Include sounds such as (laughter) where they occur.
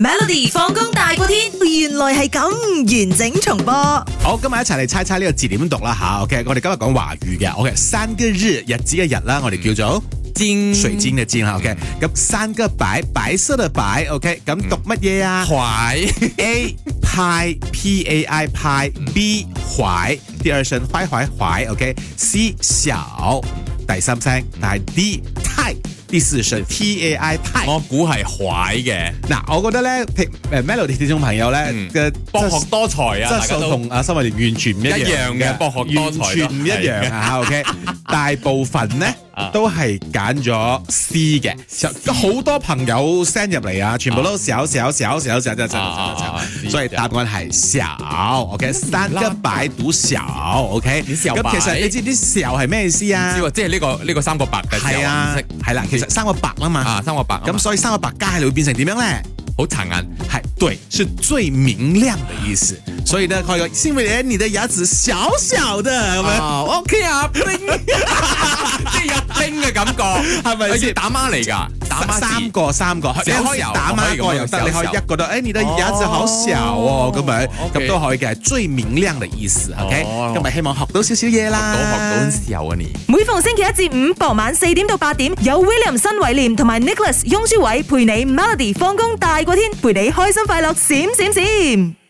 Melody 放工大過天，原來係咁完整重播。好，今日一齊嚟猜猜呢個字點讀啦吓。OK，我哋今日講華語嘅。OK，三個日日子嘅日啦，我哋叫做煎嗯水煎嘅煎啦。OK，咁三個白白色嘅白。OK，咁讀乜嘢啊嗯懷 (laughs) 嗯？A 派 P A I 派 B 懷，第二聲懷懷懷。OK，C 小，第三聲，但係 D 太，第四聲 T A I 太。我估係懷 (laughs) 嘅，嗱，我覺得咧，譬如誒 Melody 呢種朋友咧嗯嘅博學多才質啊，大素家都同阿新慧蓮完全唔一一樣樣嘅博學多才完全唔一樣啊！OK，大部分咧啊都係揀咗 C 嘅，有好多朋友 send 入嚟啊，全部都小小小小小小小啊啊小啊小，所以答案係小。OK，三啦一擺到小。OK，你小咁其實擺你知啲小係咩意思啊知？喎，即係呢個呢個三個白嘅時候係啊唔識，係啦，其實三個白啊嘛，啊三個白咁咁所以三個白加起嚟會變成點樣咧？好殘 (laughs) 眼，嗨，对，是最明亮的意思。所以呢，快哥，幸伟人，你的牙齿小小的，咁啊 OK 啊，冰即係有冰嘅感覺，係咪先要打孖嚟㗎？打樣孖字三個三個，可你可可以以有打孖一個又得，可你可以咁樣以小小一個都，誒、你的牙齒好小哦，哦咁樣 OK 咁都可以嘅，最明亮的意思，OK，哦咁咪希望學到少少嘢啦，到學到時候啊你。每逢星期一至五傍晚四點到八點，有 William 新偉廉同埋 Nicholas 雍舒偉陪你 Melody 放工大過天，陪你開心快樂閃閃閃。